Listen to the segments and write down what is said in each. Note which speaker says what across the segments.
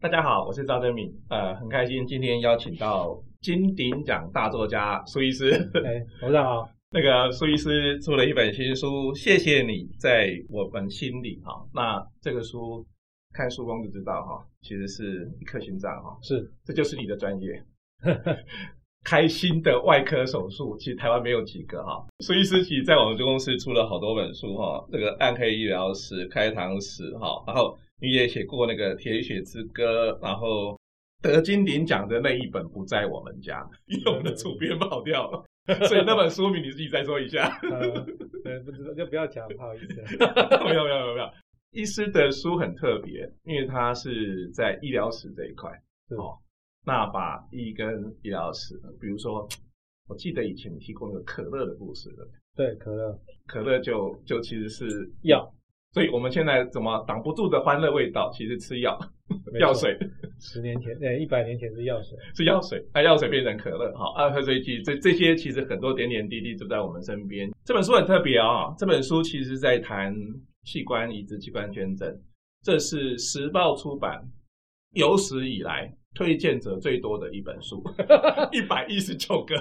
Speaker 1: 大家好，我是赵正敏，呃，很开心今天邀请到金鼎奖大作家苏医师。
Speaker 2: 哎，头上好，
Speaker 1: 那个苏医师出了一本新书，谢谢你在我们心里哈。那这个书看书光就知道哈，其实是一颗心脏哈，
Speaker 2: 是
Speaker 1: 这就是你的专业。 开心的外科手术，其实台湾没有几个哈。苏医师其实在我们公司出了好多本书哈，这个《暗黑医疗史》《开膛史》哈，然后你也写过那个《铁血之歌》，然后得金鼎奖的那一本不在我们家， 因为我们的主编跑掉了，所以那本书名你自己再说一下。
Speaker 2: 呃，对，不知道就不要讲，不好意思。啊
Speaker 1: 没有没有没有没有，医师的书很特别，因为他是在医疗史这一块
Speaker 2: 是
Speaker 1: 哦。那把医跟医疗史，比如说，我记得以前你提供了可乐的故事的，
Speaker 2: 对，可乐
Speaker 1: 可乐就就其实是，
Speaker 2: 药
Speaker 1: 所以我们现在怎么挡不住的欢乐味道，其实吃药
Speaker 2: 没错
Speaker 1: 药水
Speaker 2: 十年前，哎，一百年前是药水，
Speaker 1: 是药水，啊药水变成可乐，好啊喝水机这这些其实很多点点滴滴就在我们身边。这本书很特别啊、这本书其实在谈器官移植、器官捐赠，这是时报出版有史以来推荐者最多的一本书， 一百一十九个，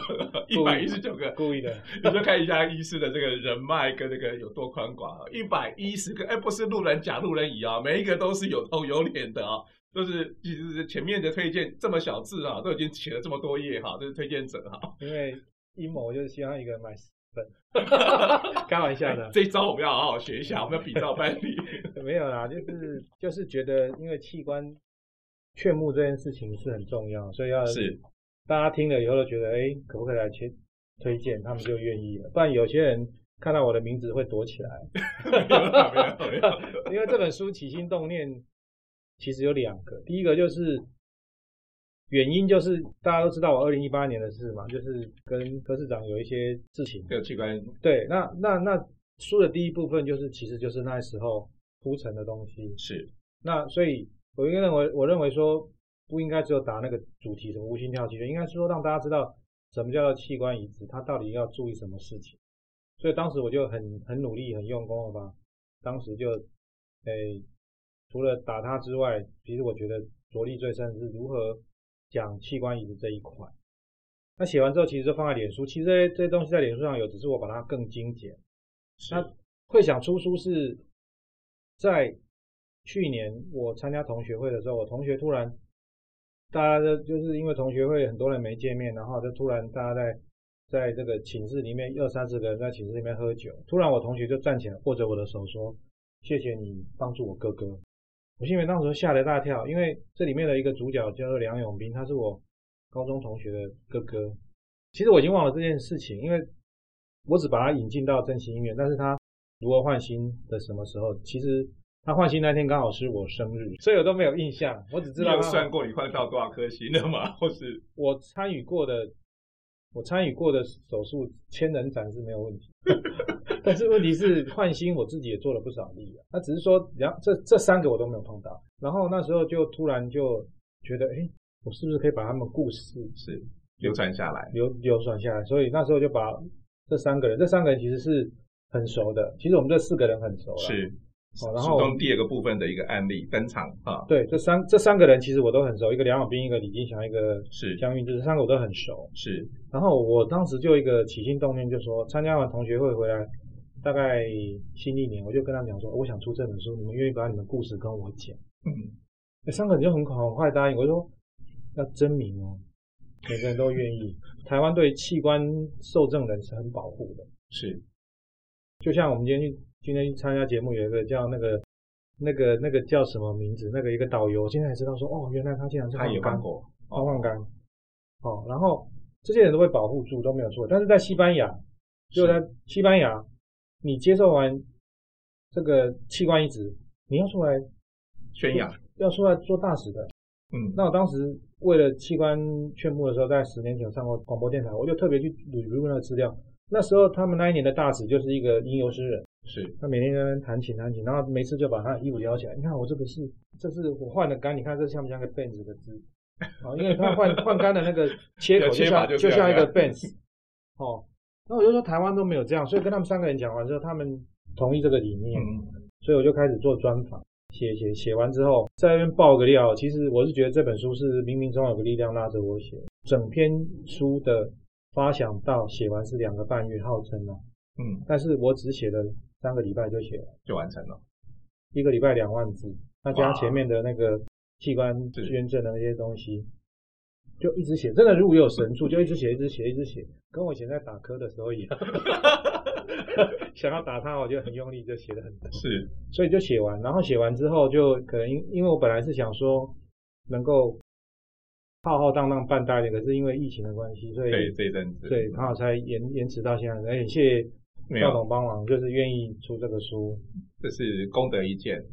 Speaker 1: 一百一十九个。
Speaker 2: 故意的，
Speaker 1: 你就看一下医师的这个人脉跟那个有多宽广啊，一百一十个，哎，不是路人甲、路人乙啊，每一个都是有头有脸的啊，就是其实是前面的推荐这么小字啊，都已经写了这么多页哈、这是推荐者啊哈、
Speaker 2: 因为阴谋就是希望一个人买十份，开玩笑的，
Speaker 1: 这一招我们要好好学一下，我们要比照办理。
Speaker 2: 没有啦，就是就是觉得，因为器官劝募这件事情是很重要，所以要
Speaker 1: 是
Speaker 2: 大家听了以后都觉得，哎，可不可以来推推荐，他们就愿意了。不然有些人看到我的名字会躲起来，
Speaker 1: 没有啦没有没有，
Speaker 2: 因为这本书起心动念其实有两个，第一个就是原因就是大家都知道我二零一八年的事嘛，就是跟柯市长有一些事情。
Speaker 1: 这个器官
Speaker 2: 对，那那那书的第一部分就是其实就是那时候铺陈的东西。
Speaker 1: 是
Speaker 2: 那所以我应该认为，我认为说不应该只有打那个主题什么无心跳器，应该是说让大家知道什么叫做器官移植，它到底要注意什么事情。所以当时我就很很努力、很用功了吧。当时就，诶、除了打它之外，其实我觉得着力最深是如何讲器官移植这一块。那写完之后，其实就放在脸书，其实这些这些东西在脸书上有，只是我把它更精简。
Speaker 1: 是
Speaker 2: 那会想出书是在去年我参加同学会的时候，我同学突然大家的就是因为同学会很多人没见面，然后就突然大家在在这个寝室里面二三十个人在寝室里面喝酒，突然我同学就站起来握着我的手说：“谢谢你帮助我哥哥。”我心里面当时吓了一大跳，因为这里面的一个主角叫做梁永斌，他是我高中同学的哥哥。其实我已经忘了这件事情，因为我只把他引进到真心音乐，但是他如何换新的什么时候，其实他换新那天刚好是我生日，所以我都没有印象，我只知
Speaker 1: 你
Speaker 2: 道
Speaker 1: 有
Speaker 2: 他
Speaker 1: 算过你换到多少颗星了吗？ 或是
Speaker 2: 我参与过的，我参与过的手术千人斩是没有问题，但是问题是换心我自己也做了不少力啊。那只是说，然后这这三个我都没有碰到，然后那时候就突然就觉得，哎，我是不是可以把他们故事
Speaker 1: 是流传下来
Speaker 2: 流流传下来？所以那时候就把这三个人，这三个人其实是很熟的，其实我们这四个人很熟了，
Speaker 1: 是
Speaker 2: 好然
Speaker 1: 书
Speaker 2: 后
Speaker 1: 中第二个部分的一个案例登场啊，
Speaker 2: 对，这三这三个人其实我都很熟，一个梁永斌，一个李金祥，一个
Speaker 1: 是
Speaker 2: 江运志，这三个我都很熟。
Speaker 1: 是
Speaker 2: 然后我当时就一个起心动念，就说参加完同学会回来，大概新历年，我就跟他们讲说，我想出这本书，你们愿意把你们故事跟我讲？
Speaker 1: 嗯
Speaker 2: 那三个人就很很快答应，我就说要真名哦，每个人都愿意。台湾对器官受赠人是很保护的，
Speaker 1: 是
Speaker 2: 就像我们今天去今天去参加节目，有一个叫那个那个那个叫什么名字？那个一个导游，我今天才知道说，哦，原来他竟然是
Speaker 1: 他也
Speaker 2: 肝
Speaker 1: 换过
Speaker 2: 方向杆，哦，然后这些人都被保护住，都没有错。但是在西班牙，只有在西班牙，你接受完这个器官移植，你要出来
Speaker 1: 宣扬
Speaker 2: 要出来做大使的。
Speaker 1: 嗯
Speaker 2: 那我当时为了器官劝募的时候，在十年前我上过广播电台，我就特别去 review 那个资料。那时候他们那一年的大使就是一个吟游诗人，
Speaker 1: 是
Speaker 2: 他每天在那边弹琴弹琴，然后没事就把他的衣服撩起来。你看我这个是，这是我换的杆，你看这像不像个 Benz 的姿？哦，因为他换 换杆的那个切口
Speaker 1: 有
Speaker 2: 就
Speaker 1: 切法
Speaker 2: 像
Speaker 1: 就
Speaker 2: 就像一个
Speaker 1: 这
Speaker 2: Benz。哦，那我就说台湾都没有这样，所以跟他们三个人讲完之后，他们同意这个理念，
Speaker 1: 嗯
Speaker 2: 所以我就开始做专访。写写写完之后，在那边爆个料。其实我是觉得这本书是冥冥中有个力量拉着我写。整篇书的发想到写完是两个半月，号称啊，
Speaker 1: 嗯，
Speaker 2: 但是我只写了三个礼拜就写了，
Speaker 1: 就完成 了。
Speaker 2: 一个礼拜两万字，那加
Speaker 1: 哇
Speaker 2: 前面的那个器官
Speaker 1: 是
Speaker 2: 捐赠的那些东西，就一直写，真的如有神助，就一直写，一直写，一直写，跟我以前在打磕的时候一样， 想要打他，我就很用力，就写的很多，
Speaker 1: 是，
Speaker 2: 所以就写完，然后写完之后就可能因因为我本来是想说能够浩浩荡荡办大一点，可是因为疫情的关系，所以
Speaker 1: 对，这一阵子，
Speaker 2: 对，然后才延延迟到现在，而且谢谢
Speaker 1: 没
Speaker 2: 赵
Speaker 1: 有，
Speaker 2: 总帮忙，就是愿意出这个书，
Speaker 1: 这是功德一件。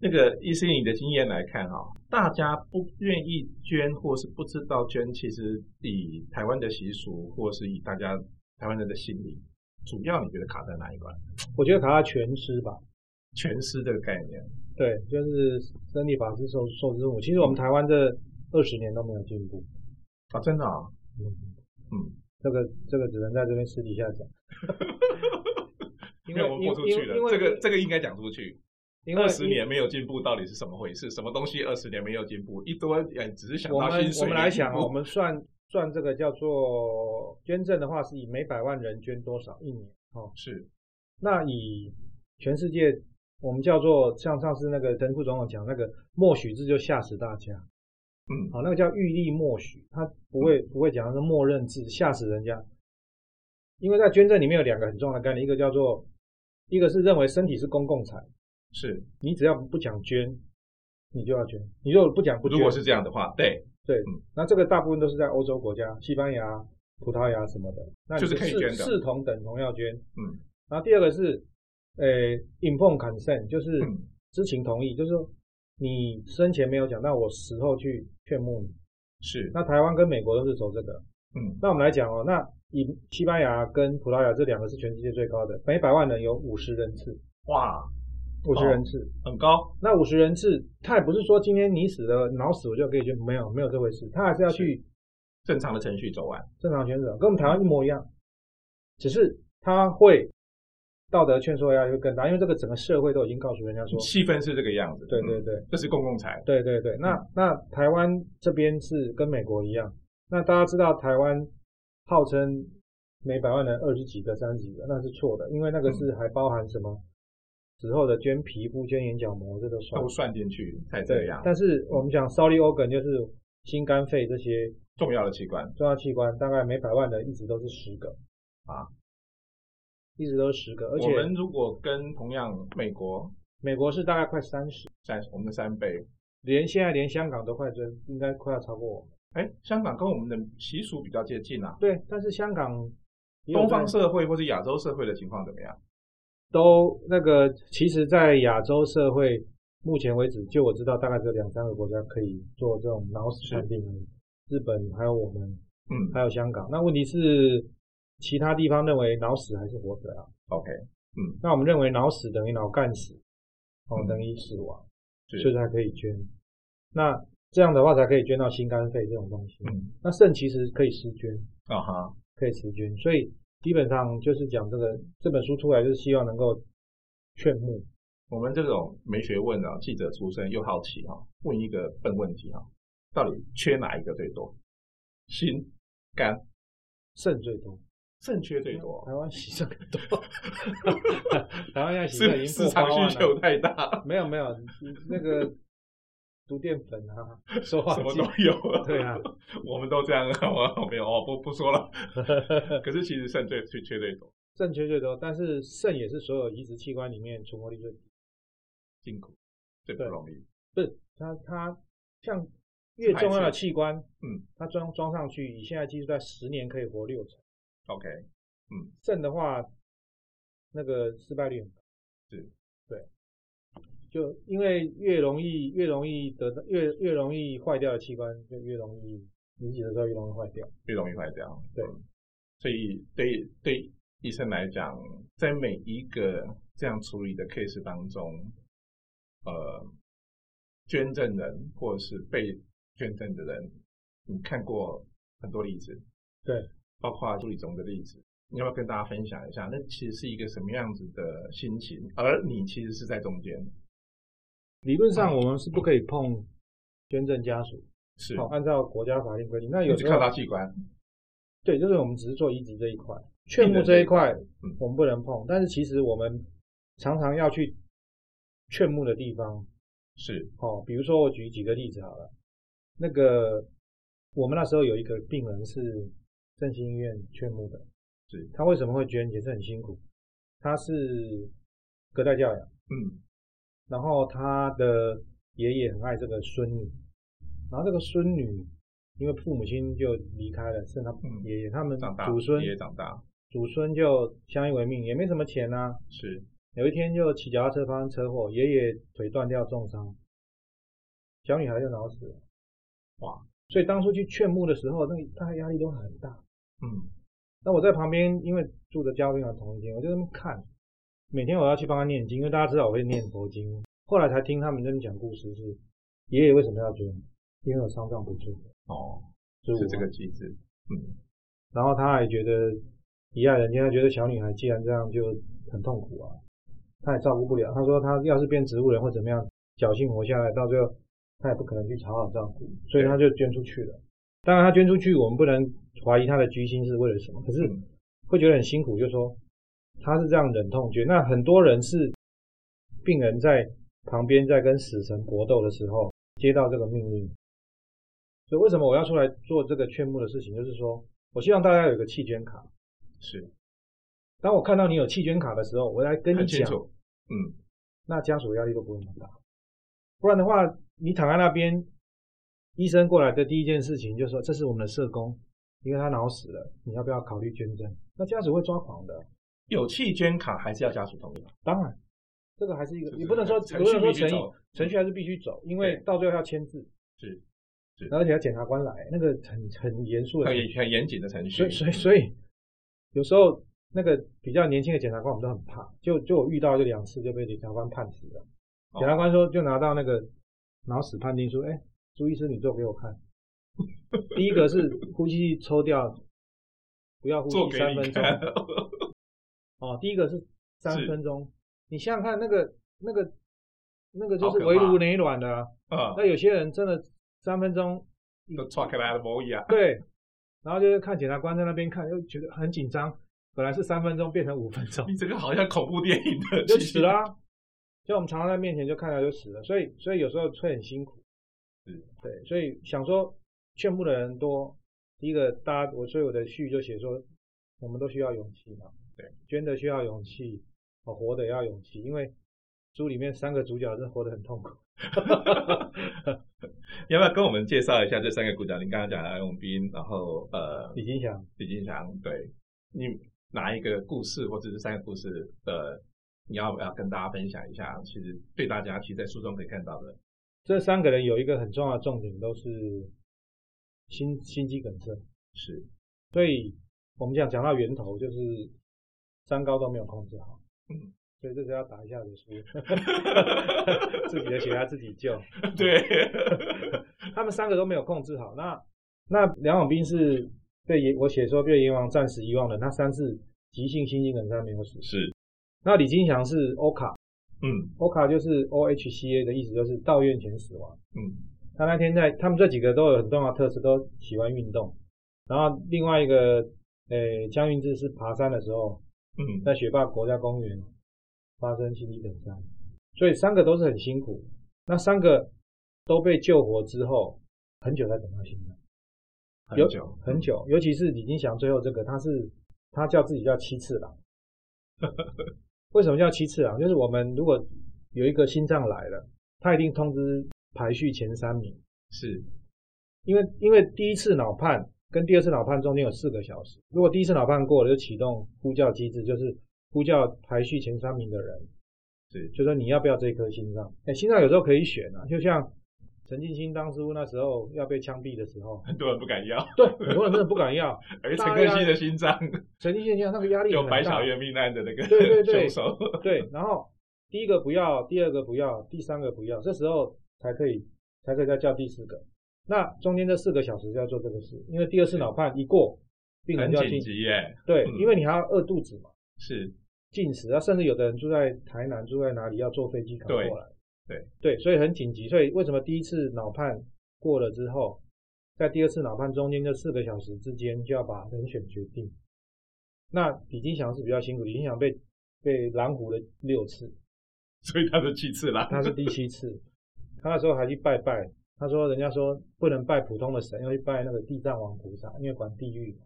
Speaker 1: 那个医生，你的经验来看哈、大家不愿意捐或是不知道捐，其实以台湾的习俗，或是以大家台湾人的心理，主要你觉得卡在哪一关？
Speaker 2: 我觉得卡他全诗吧。
Speaker 1: 全尸这个概念，
Speaker 2: 对，就是真理法师受受之母。其实我们台湾这二十年都没有进步，
Speaker 1: 啊，真的啊，
Speaker 2: 嗯，
Speaker 1: 嗯，
Speaker 2: 这个这个只能在这边私底下 讲，因
Speaker 1: 没
Speaker 2: 为
Speaker 1: 有我们播出
Speaker 2: 因
Speaker 1: 去
Speaker 2: 为因
Speaker 1: 了，
Speaker 2: 为
Speaker 1: 这个这个应该讲出去。
Speaker 2: 因为
Speaker 1: 二十年没有进步到底是什么回事？什么东西二十年没有进步？一多哎，只是想
Speaker 2: 我
Speaker 1: 到
Speaker 2: 们
Speaker 1: 薪水。
Speaker 2: 我们来想啊，我们算算这个叫做捐赠的话，是以每百万人捐多少一年哦。
Speaker 1: 是
Speaker 2: 那以全世界，我们叫做像上次那个陈副总统讲那个默许制，就吓死大家。
Speaker 1: 嗯
Speaker 2: 好，那个叫预立默许，他不会不会讲那个默认制，吓死人家。因为在捐赠里面有两个很重要的概念，一个叫做，一个是认为身体是公共财，
Speaker 1: 是，
Speaker 2: 你只要不讲捐，你就要捐，你如果不讲不
Speaker 1: 如
Speaker 2: 捐，
Speaker 1: 果是这样的话，对，
Speaker 2: 对
Speaker 1: 嗯，
Speaker 2: 那这个大部分都是在欧洲国家，西班牙、葡萄牙什么的，那你
Speaker 1: 就是可以
Speaker 2: 视
Speaker 1: 捐的
Speaker 2: 视同等同要捐，
Speaker 1: 嗯。
Speaker 2: 然后第二个是，呃，inform consent，就是
Speaker 1: 嗯
Speaker 2: 知情同意，就是说你生前没有讲，那我事后去劝募你。
Speaker 1: 是，
Speaker 2: 那台湾跟美国都是走这个。
Speaker 1: 嗯
Speaker 2: 那我们来讲哦，那以西班牙跟葡萄牙这两个是全世界最高的，每百万人有五十人次，
Speaker 1: 哇，
Speaker 2: 五十人次。
Speaker 1: 很高，
Speaker 2: 那五十人次，他也不是说今天你死了脑死我就可以捐，没有没有这回事，他还是要去
Speaker 1: 正常的程序走完，
Speaker 2: 正常选手，跟我们台湾一模一样，只是他会道德劝说压力会更大，因为这个整个社会都已经告诉人家说，
Speaker 1: 气氛是这个样子。
Speaker 2: 对对
Speaker 1: 嗯，
Speaker 2: 对，
Speaker 1: 这是公共财。
Speaker 2: 对对对，那、
Speaker 1: 嗯
Speaker 2: 那台湾这边是跟美国一样，那大家知道台湾号称每百万人二十几个、三十几个，那是错的，因为那个
Speaker 1: 嗯
Speaker 2: 是还包含什么之后的捐皮肤、捐眼角膜，这都算
Speaker 1: 都。算进去才哦这
Speaker 2: 对
Speaker 1: 样，，嗯
Speaker 2: 但是我们讲 solid organ 就是心、肝、肺这些
Speaker 1: 重要的器官
Speaker 2: 重要器官，大概每百万人一直都是十个
Speaker 1: 啊，
Speaker 2: 一直都是十个，而
Speaker 1: 我们
Speaker 2: 且
Speaker 1: 如果跟同样美国
Speaker 2: 美国是大概快三十，
Speaker 1: 占我们的三倍，
Speaker 2: 连现在连香港都快追，应该快要超过我们。
Speaker 1: 哎，香港跟我们的习俗比较接近啊。
Speaker 2: 对，但是香港也有
Speaker 1: 东方
Speaker 2: 在
Speaker 1: 社会或是亚洲社会的情况怎么样？
Speaker 2: 都那个，其实，在亚洲社会目前为止，就我知道大概只有两三个国家可以做这种脑死判定而已，日本还有我们
Speaker 1: 嗯
Speaker 2: 还有香港。那问题是，其他地方认为脑死还是活着啊？
Speaker 1: ，OK，
Speaker 2: 那我们认为脑死等于脑干死，哦，
Speaker 1: 嗯
Speaker 2: 等于死亡，
Speaker 1: 是
Speaker 2: 所以才可以捐。那这样的话才可以捐到心肝肺这种东西。
Speaker 1: 嗯，
Speaker 2: 那肾其实可以私捐，
Speaker 1: 啊哈，
Speaker 2: 可以持均，所以基本上就是讲这个这本书出来就是希望能够劝募。
Speaker 1: 我们这种没学问啊，记者出身又好奇啊，问一个笨问题啊，到底缺哪一个最多？心、肝、
Speaker 2: 肾最多，
Speaker 1: 肾缺最多
Speaker 2: 台，湾洗肾很 多，台湾现在洗肾
Speaker 1: 是
Speaker 2: 已经
Speaker 1: 市
Speaker 2: 过八
Speaker 1: 场
Speaker 2: 万
Speaker 1: 需
Speaker 2: 了。
Speaker 1: 求太大，
Speaker 2: 没有没有，那个毒淀粉啊，说话
Speaker 1: 什么
Speaker 2: 剂
Speaker 1: 都， 有了。
Speaker 2: 对啊，
Speaker 1: 我们都这样，我没有哦，不不说了。可是其实肾最最缺最多，
Speaker 2: 肾缺最多，但是肾也是所有移植器官里面存活率最低，
Speaker 1: 辛苦，最不容易。
Speaker 2: 不是它它像越重要的器官，
Speaker 1: 嗯，
Speaker 2: 它装装上去，以现在技术在十年可以活六成，
Speaker 1: OK，
Speaker 2: 肾的话，那个失败率很高。
Speaker 1: 是，
Speaker 2: 对，就因为越容易越容易得到越越容易坏掉的器官，就越容易移植的时候越容易坏掉。
Speaker 1: 最容易坏掉。
Speaker 2: 对
Speaker 1: 嗯，所以对对医生来讲，在每一个这样处理的 case 当中，呃，捐赠人或者是被捐赠的人，你看过很多例子，
Speaker 2: 对，
Speaker 1: 包括朱理中的例子。你要不要跟大家分享一下？那其实是一个什么样子的心情？而你其实是在中间，
Speaker 2: 理论上我们是不可以碰捐赠家属，
Speaker 1: 是
Speaker 2: 好、按照国家法律规定。哦那有
Speaker 1: 一直
Speaker 2: 时
Speaker 1: 看
Speaker 2: 候
Speaker 1: 到器官，
Speaker 2: 对，就是我们只是做移植这一块，劝
Speaker 1: 病
Speaker 2: 募
Speaker 1: 人
Speaker 2: 这
Speaker 1: 这
Speaker 2: 一
Speaker 1: 一块
Speaker 2: 块
Speaker 1: 嗯
Speaker 2: 我们不能碰，但是其实我们常常要去劝募的地方，
Speaker 1: 是
Speaker 2: 哦，比如说我举几个例子好了，那个我们那时候有一个病人是振兴医院劝募的，
Speaker 1: 是，
Speaker 2: 他为什么会捐也是很辛苦，他是隔代教养，
Speaker 1: 嗯
Speaker 2: 然后他的爷爷很爱这个孙女，然后这个孙女因为父母亲就离开了，剩他
Speaker 1: 嗯
Speaker 2: 爷爷，他们
Speaker 1: 长大，
Speaker 2: 祖孙
Speaker 1: 也长大，
Speaker 2: 祖孙就相依为命，也没什么钱呐、
Speaker 1: 是
Speaker 2: 有一天就骑脚踏车发生车祸，爷爷腿断掉重伤，小女孩就脑死了。
Speaker 1: 哇！
Speaker 2: 所以当初去劝募的时候，那个大家压力都很大。
Speaker 1: 嗯
Speaker 2: 那我在旁边，因为住的嘉宾的同一间，我就在那边看，每天我要去帮他念经，因为大家知道我会念佛经。后来才听他们在那边讲故事是，爷爷为什么要捐？因为有丧葬补助，
Speaker 1: 哦，
Speaker 2: 就是
Speaker 1: 这个机制，嗯
Speaker 2: 然后他还觉得遗爱人间，他觉得小女孩既然这样就很痛苦啊，他也照顾不了。他说他要是变植物人或怎么样，侥幸活下来，到最后他也不可能去好好照顾，所以他就捐出去了。当然，他捐出去，我们不能怀疑他的居心是为了什么，可是
Speaker 1: 嗯
Speaker 2: 会觉得很辛苦，就说他是这样忍痛捐。那很多人是病人在旁边在跟死神搏斗的时候接到这个命令，所以为什么我要出来做这个劝募的事情，就是说我希望大家有个弃捐卡。
Speaker 1: 是
Speaker 2: 当我看到你有弃捐卡的时候，我来跟你
Speaker 1: 很清
Speaker 2: 讲，
Speaker 1: 楚，嗯
Speaker 2: 那家属压力都不会那么大。不然的话，你躺在那边，医生过来的第一件事情就说这是我们的社工，因为他脑死了，你要不要考虑捐赠？那家属会抓狂的。
Speaker 1: 有弃捐卡还是要家属同意，
Speaker 2: 当然，这个还是一个，
Speaker 1: 这
Speaker 2: 你不能说
Speaker 1: 这
Speaker 2: 不
Speaker 1: 个
Speaker 2: 能说
Speaker 1: 程序必须
Speaker 2: 诚意
Speaker 1: 走，
Speaker 2: 程序还是必须走，因为
Speaker 1: 对
Speaker 2: 到最后要签字，
Speaker 1: 是是
Speaker 2: 而且要检察官来，那个很很严肃的
Speaker 1: 很
Speaker 2: 程序，
Speaker 1: 很严谨的程
Speaker 2: 所
Speaker 1: 序
Speaker 2: 以，所以所以有时候那个比较年轻的检察官我们都很怕，就就我遇到就两次就被检察官判死了，
Speaker 1: 哦
Speaker 2: 检察官说就拿到那个脑死判定书，哎，朱医师你做给我看， 第一个是呼吸器抽掉，不要呼
Speaker 1: 做
Speaker 2: 吸
Speaker 1: 给
Speaker 2: 三
Speaker 1: 你
Speaker 2: 分钟，
Speaker 1: 看，
Speaker 2: 哦，第一个是三
Speaker 1: 是
Speaker 2: 分钟，你想想看，那个那个那个就
Speaker 1: 好
Speaker 2: 是
Speaker 1: 可
Speaker 2: 围
Speaker 1: 怕
Speaker 2: 炉内卵的、啊，
Speaker 1: 啊，
Speaker 2: 那有些人真的三分钟，
Speaker 1: 都抓开来的啊模一样，
Speaker 2: 对，然后就是看检察官在那边看，又觉得很紧张，本来是三分钟变成五分钟，
Speaker 1: 你这个好像恐怖电影的，
Speaker 2: 就死了、啊，就我们常常在面前就看到就死了，所以所以有时候会很辛苦，
Speaker 1: 是
Speaker 2: 对，所以想说劝募的人多，第一个大家我所以我的序就写说，我们都需要勇气嘛，
Speaker 1: 对，
Speaker 2: 捐的需要勇气，哦，活的也要勇气，因为书里面三个主角是活得很痛苦，
Speaker 1: 你要不要跟我们介绍一下这三个股长？您刚刚讲杨永斌，然后呃，
Speaker 2: 李金祥。
Speaker 1: 李金祥，对你哪一个故事或者是三个故事的，你要不要跟大家分享一下？其实对大家其实在书中可以看到的，
Speaker 2: 这三个人有一个很重要的重点，都是心心肌梗塞，
Speaker 1: 是
Speaker 2: 所以我们讲讲到源头，就是三高都没有控制好，
Speaker 1: 嗯，
Speaker 2: 所以这是要打一下子书，自己的血压自己救。
Speaker 1: 对，
Speaker 2: 他们三个都没有控制好。那那梁永斌是被阎我写说被阎王暂时遗忘了，他三次急性心肌梗塞没有死。
Speaker 1: 是，
Speaker 2: 那李金祥是 OCA，OCA
Speaker 1: 嗯
Speaker 2: 就是 OHCA 的意思，就是到院前死亡。
Speaker 1: 嗯
Speaker 2: 他那天在他们这几个都有很重要的特色，都喜欢运动。然后另外一个，呃，江运志是爬山的时候，
Speaker 1: 嗯，
Speaker 2: 在雪霸国家公园发生心肌梗塞，所以三个都是很辛苦。那三个都被救活之后，很久才等到心脏，
Speaker 1: 很久
Speaker 2: 很，久。尤其是李金祥最后这个，他是他叫自己叫七次郎。为什么叫七次郎？就是我们如果有一个心脏来了，他一定通知排序前三名。
Speaker 1: 是
Speaker 2: 因为因为第一次脑判跟第二次脑判中间有四个小时，如果第一次脑判过了，就启动呼叫机制，就是呼叫排序前三名的人，
Speaker 1: 是
Speaker 2: 就说你要不要这颗心脏？哎，心脏有时候可以选啊，就像陈进兴当初那时候要被枪毙的 时候，
Speaker 1: 很多人不敢要，
Speaker 2: 对，很多人真的不敢要。
Speaker 1: 而陈冠希的心脏
Speaker 2: 陈进兴像那个压力
Speaker 1: 有
Speaker 2: 很
Speaker 1: 白
Speaker 2: 大
Speaker 1: 小，月命案的那个
Speaker 2: 对对
Speaker 1: 凶
Speaker 2: 对
Speaker 1: 手，
Speaker 2: 对，然后第一个不要，第二个不要，第三个不要，这时候才可以才可以再叫第四个。那中间这四个小时就要做这个事，因为第二次脑判一过，病人
Speaker 1: 很
Speaker 2: 就要
Speaker 1: 紧
Speaker 2: 进
Speaker 1: 急耶，
Speaker 2: 对，
Speaker 1: 嗯
Speaker 2: 因为你还要饿肚子嘛，
Speaker 1: 是
Speaker 2: 进食啊，甚至有的人住在台南，住在哪里要坐飞机赶过来，
Speaker 1: 对
Speaker 2: 对，所以很紧急。所以为什么第一次脑判过了之后，在第二次脑判中间这四个小时之间就要把人选决定？那李金祥是比较辛苦，李金祥被被狼虎了六次，
Speaker 1: 所以他是其次啦。
Speaker 2: 他是第七 次，他那时候还去拜拜。他说：“人家说不能拜普通的神，要去拜那个地藏王菩萨，因为管地狱。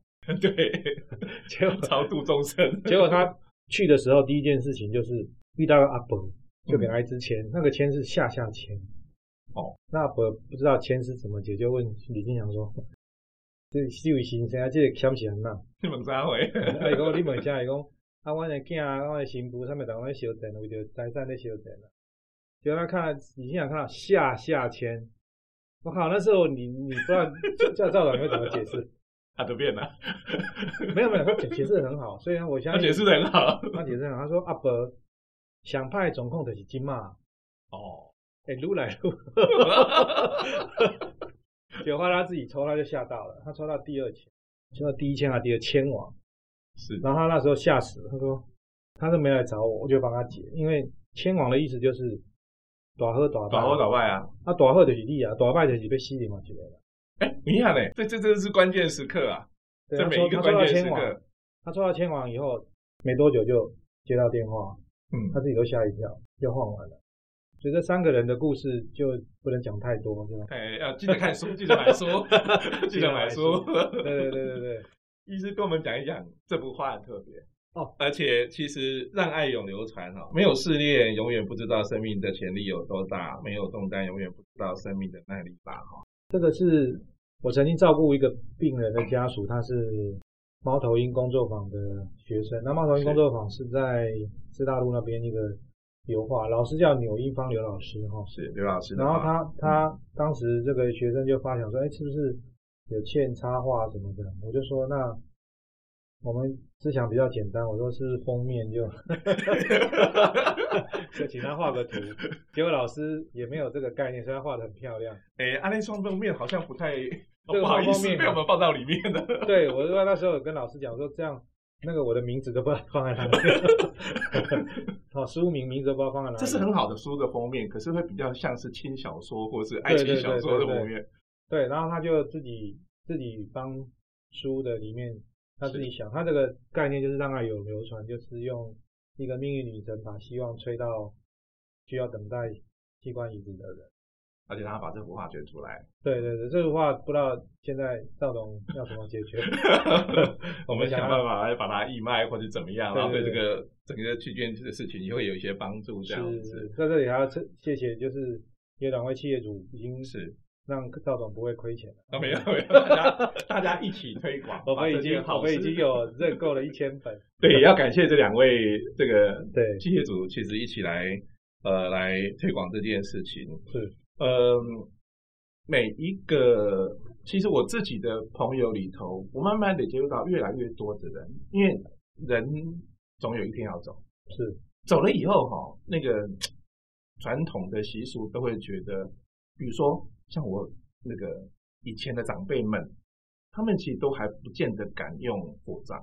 Speaker 1: 对，
Speaker 2: 结果
Speaker 1: 超度众 生。
Speaker 2: 结果他去的时候，第一件事情就是遇到了阿伯，就给他一支签，那个签是下下签。
Speaker 1: 嗯哦，
Speaker 2: 那阿伯不知道签是怎么解，就问李金祥说：‘这是有先生啊，这个签是安那？’
Speaker 1: 你们啥回？
Speaker 2: 啊，伊讲你问啥？伊讲啊，阮诶囝啊，阮诶新妇，啥物同阮烧钱，为着财产咧烧钱啊。就他看，你想看到下下签，我靠，那时候你你不知道教教导你会怎么解释？
Speaker 1: 他都变了，
Speaker 2: 没有没有，他解解释得很好，所以呢，我相
Speaker 1: 他
Speaker 2: 信
Speaker 1: 解释的很好。
Speaker 2: 他解释很好。他说阿伯想派总控就是金嘛，
Speaker 1: 哦，
Speaker 2: 哎、撸来撸，结果他自己抽，他就吓到了，他抽到第二签，抽到第一签啊，第二签王。
Speaker 1: 是
Speaker 2: 然后他那时候吓死了，他说他都没来找我，我就帮他解，因为千王的意思就是大喝大败，
Speaker 1: 打好打败啊！
Speaker 2: 啊大喝就是你啊，大败就是被吸引嘛之类的。
Speaker 1: 哎，你看嘞，这这这是关键时刻啊！
Speaker 2: 对，
Speaker 1: 这
Speaker 2: 他
Speaker 1: 每
Speaker 2: 抽
Speaker 1: 一个
Speaker 2: 他抽
Speaker 1: 关
Speaker 2: 到
Speaker 1: 键时
Speaker 2: 千王，
Speaker 1: 刻，
Speaker 2: 他抽到千王以后没多久就接到电话，
Speaker 1: 嗯
Speaker 2: 他，自己都吓一跳，就换完了。所以这三个人的故事就不能讲太多，就
Speaker 1: 哎，要记得看书，记得买 书，记得买书。
Speaker 2: 对对对对对，
Speaker 1: 医师跟我们讲一讲这幅画很特别
Speaker 2: 哦，
Speaker 1: 而且其实让爱永流传哈，没有试炼，永远不知道生命的潜力有多大；没有动荡，永远不知道生命的耐力大哈。
Speaker 2: 这个是我曾经照顾一个病人的家属，他是猫头鹰工作坊的学生。那猫头鹰工作坊是在师大路那边一个油画，老师叫钮英芳刘老师哈。
Speaker 1: 是刘老师的啊嗯
Speaker 2: 然后
Speaker 1: 画，
Speaker 2: 他他当时这个学生就发想说，哎，是不是有欠插画什么的？我就说那我们思想比较简单，我说是不是封面 就就请他画个图，结果老师也没有这个概念，所以他画的很漂亮。
Speaker 1: 哎，阿内双封面好像不太，
Speaker 2: 个
Speaker 1: 不好意
Speaker 2: 双封
Speaker 1: 思，
Speaker 2: 面啊
Speaker 1: 被我们放到里面的。
Speaker 2: 对，我说那时候有跟老师讲说，这样那个我的名字都不知道放在 哪里，好书名名字都不知道放在哪里。
Speaker 1: 这是很好的书的封面，可是会比较像是轻小说或是爱情小说的封面。
Speaker 2: 对，然后他就自己自己帮书的里面他自己想，他这个概念就是让爱有流传，就是用一个命运女神把希望吹到需要等待器官移植的人。
Speaker 1: 而且他把这幅画卷出来，
Speaker 2: 对对对，这句话不知道现在赵董要怎么解 决。
Speaker 1: 我们想办法来把它义卖或者怎么样，然后对这
Speaker 2: 对对
Speaker 1: 个整个去捐这个事情也会有一些帮助，这样
Speaker 2: 是
Speaker 1: 子，
Speaker 2: 在这里还要谢谢，就是有两位企业主已经
Speaker 1: 是。
Speaker 2: 让赵总不会亏钱了。
Speaker 1: 啊，没有没有，大家大家一起推广，
Speaker 2: 我
Speaker 1: 把
Speaker 2: 们
Speaker 1: 这
Speaker 2: 已经
Speaker 1: 件好
Speaker 2: 我们已
Speaker 1: 事
Speaker 2: 经有认购了一千 本，
Speaker 1: 对，也要感谢这两位这个
Speaker 2: 对，
Speaker 1: 企业主，其实一起来呃来推广这件事情。
Speaker 2: 是，
Speaker 1: 呃，每一个其实我自己的朋友里头，我慢慢的接触到越来越多的人，因为人总有一天要走，
Speaker 2: 是
Speaker 1: 走了以后哈、那个传统的习俗都会觉得，比如说像我那个以前的长辈们，他们其实都还不见得敢用火葬，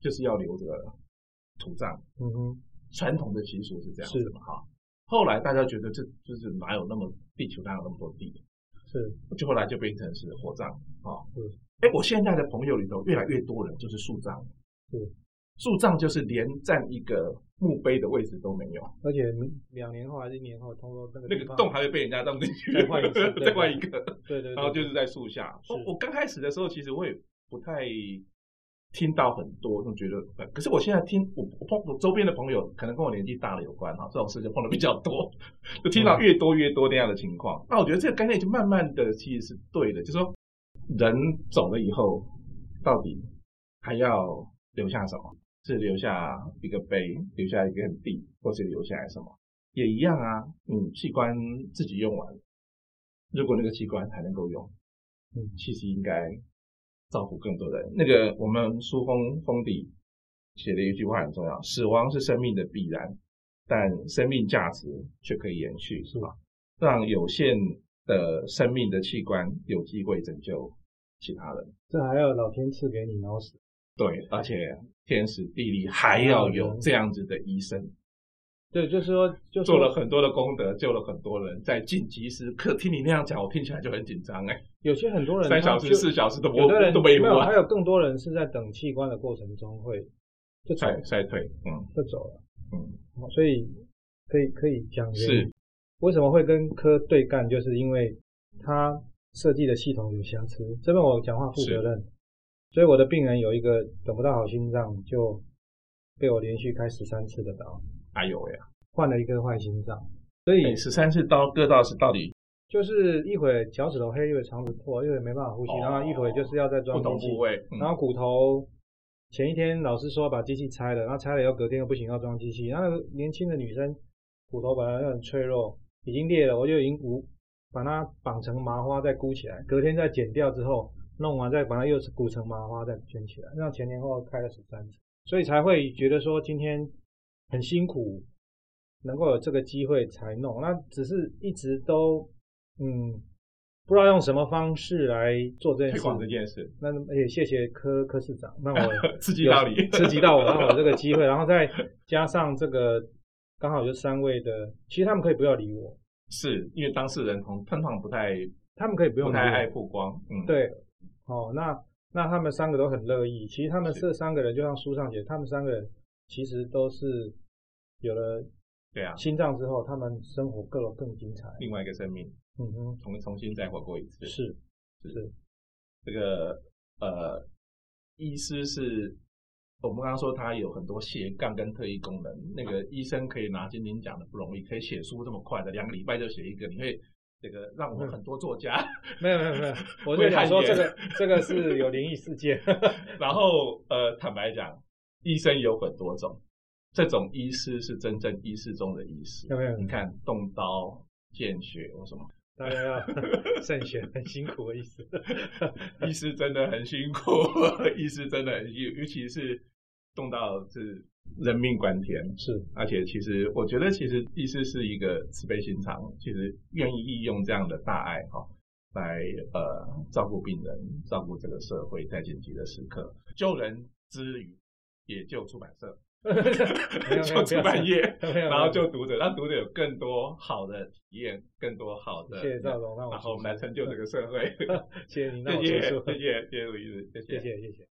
Speaker 1: 就是要留这个土葬。
Speaker 2: 嗯哼，
Speaker 1: 传统的习俗是这样子
Speaker 2: 是
Speaker 1: 嘛哈。后来大家觉得这就是哪有那么地球哪有那么多地，
Speaker 2: 是
Speaker 1: 就后来就变成是火葬啊。
Speaker 2: 嗯
Speaker 1: 哎、我现在的朋友里头越来越多人就是树葬，
Speaker 2: 是
Speaker 1: 树葬就是连占一个墓碑的位置都没有，
Speaker 2: 而且两年后还是一年后，通过那个
Speaker 1: 那
Speaker 2: 地
Speaker 1: 个
Speaker 2: 方
Speaker 1: 洞还会被人家当进去，
Speaker 2: 啊再换一 次对
Speaker 1: 再换一个，
Speaker 2: 对对，对
Speaker 1: 然后就是在树下。
Speaker 2: 是
Speaker 1: 我我刚开始的时候其实会不太。听到很多，就觉得，呃可是我现在听我我碰我周边的朋友，可能跟我年纪大了有关哈，这种事就碰的比较多，就听到越多越多那样的情况。那我觉得这个概念就慢慢的其实是对的，就是说人走了以后，到底还要留下什么？是留下一个碑，留下一片地，或是留下来什么？也一样啊，你器官自己用完，如果那个器官还能够用，
Speaker 2: 嗯
Speaker 1: 其实应该造福更多人。那个我们书封封底写的一句话很重要：死亡是生命的必然，但生命价值却可以延续，是吧？让有限的生命的器官有机会拯救其他人。
Speaker 2: 这还要老天赐给你，然后死，嗯
Speaker 1: 对，而且天时地利还要有这样子的医生，
Speaker 2: 对，就是说，就
Speaker 1: 做了很多的功德，救了很多人，在进集思课。听你那样讲，我听起来就很紧张哎。
Speaker 2: 有些很多人
Speaker 1: 三小时、四小时都
Speaker 2: 时
Speaker 1: 不
Speaker 2: 有的人
Speaker 1: 都没啊
Speaker 2: 有，还
Speaker 1: 完，
Speaker 2: 有更多人是在等器官的过程中会就走
Speaker 1: 衰衰退，嗯
Speaker 2: 就走了，
Speaker 1: 嗯，
Speaker 2: 哦所以可以可以讲原因
Speaker 1: 是
Speaker 2: 为什么会跟科对干，就是因为他设计的系统有瑕疵。这边我讲话负责任，所以我的病人有一个等不到好心脏就被我连续开十三次的刀，
Speaker 1: 哎呦喂啊！换
Speaker 2: 换了一颗坏心脏，所以
Speaker 1: 你十三次刀割到是到底
Speaker 2: 就是一会脚趾头黑，一会肠子破，一会没办法呼吸，
Speaker 1: 哦
Speaker 2: 然后一会就是要再
Speaker 1: 不
Speaker 2: 装
Speaker 1: 同
Speaker 2: 机器
Speaker 1: 部，位，嗯
Speaker 2: 然后骨头。前一天老师说把机器拆了，然后拆了以后隔天又不行要装机器，然后那个年轻的女生骨头本来就很脆弱，已经裂了，我就已经骨把它绑成麻花再箍起来，隔天再剪掉之后弄完再把它又是箍成麻花再卷起来，那前前后后开了十三次，所以才会觉得说今天很辛苦，能够有这个机会才弄，那只是一直都嗯不知道用什么方式来做这件
Speaker 1: 推
Speaker 2: 事。
Speaker 1: 广这件事，
Speaker 2: 那也谢谢柯柯市长，让我
Speaker 1: 刺激到你，
Speaker 2: 刺激到我，让我有这个机会，然后再加上这个刚好就三位的，其实他们可以不要理我，
Speaker 1: 是因为当事人通通常不太
Speaker 2: 他们可以不用
Speaker 1: 不
Speaker 2: 理
Speaker 1: 太爱
Speaker 2: 我，
Speaker 1: 曝光，嗯，，
Speaker 2: 对，哦，那那他们三个都很乐意，其实他们
Speaker 1: 是
Speaker 2: 这三个人就像书上写，他们三个人其实都是有了
Speaker 1: 对啊，
Speaker 2: 心脏之后，他们生活更更精彩，
Speaker 1: 另外一个生命
Speaker 2: 嗯哼，
Speaker 1: 重重新再活过一次，
Speaker 2: 是
Speaker 1: 这个呃，医师是我们刚刚说他有很多斜杠跟特异功能，那个医生可以拿金鼎奖的不容易，可以写书这么快的，两个礼拜就写一个，你会这个让我们很多作家，
Speaker 2: 没有没有没 有，我是想说这个这个是有灵异事件，
Speaker 1: 然后呃，坦白讲，医生有很多种，这种医师是真正医师中的医师
Speaker 2: 有，没有？
Speaker 1: 你看动刀见血或什么。
Speaker 2: 大家要 慎选，很辛苦的意思。
Speaker 1: 医师真的很辛苦，医师真的很辛苦，尤其是动到是人命关天。
Speaker 2: 是，
Speaker 1: 而且其实我觉得，其实医师是一个慈悲心肠，其实愿意利用这样的大爱哈、来呃照顾病人，照顾这个社会，在紧急的时刻救人之余，也救出版社，
Speaker 2: 没有没
Speaker 1: 救
Speaker 2: 有
Speaker 1: 出版业，
Speaker 2: 没有没有
Speaker 1: 然后救读者，让读者有更多好的体验，更多好的，
Speaker 2: 谢谢赵总，让我
Speaker 1: 然后我们
Speaker 2: 出
Speaker 1: 来
Speaker 2: 书
Speaker 1: 成就这个社会。
Speaker 2: 谢谢你让我
Speaker 1: 谢
Speaker 2: 结
Speaker 1: 谢
Speaker 2: 束，
Speaker 1: 谢谢谢谢卢医师，
Speaker 2: 谢谢谢谢。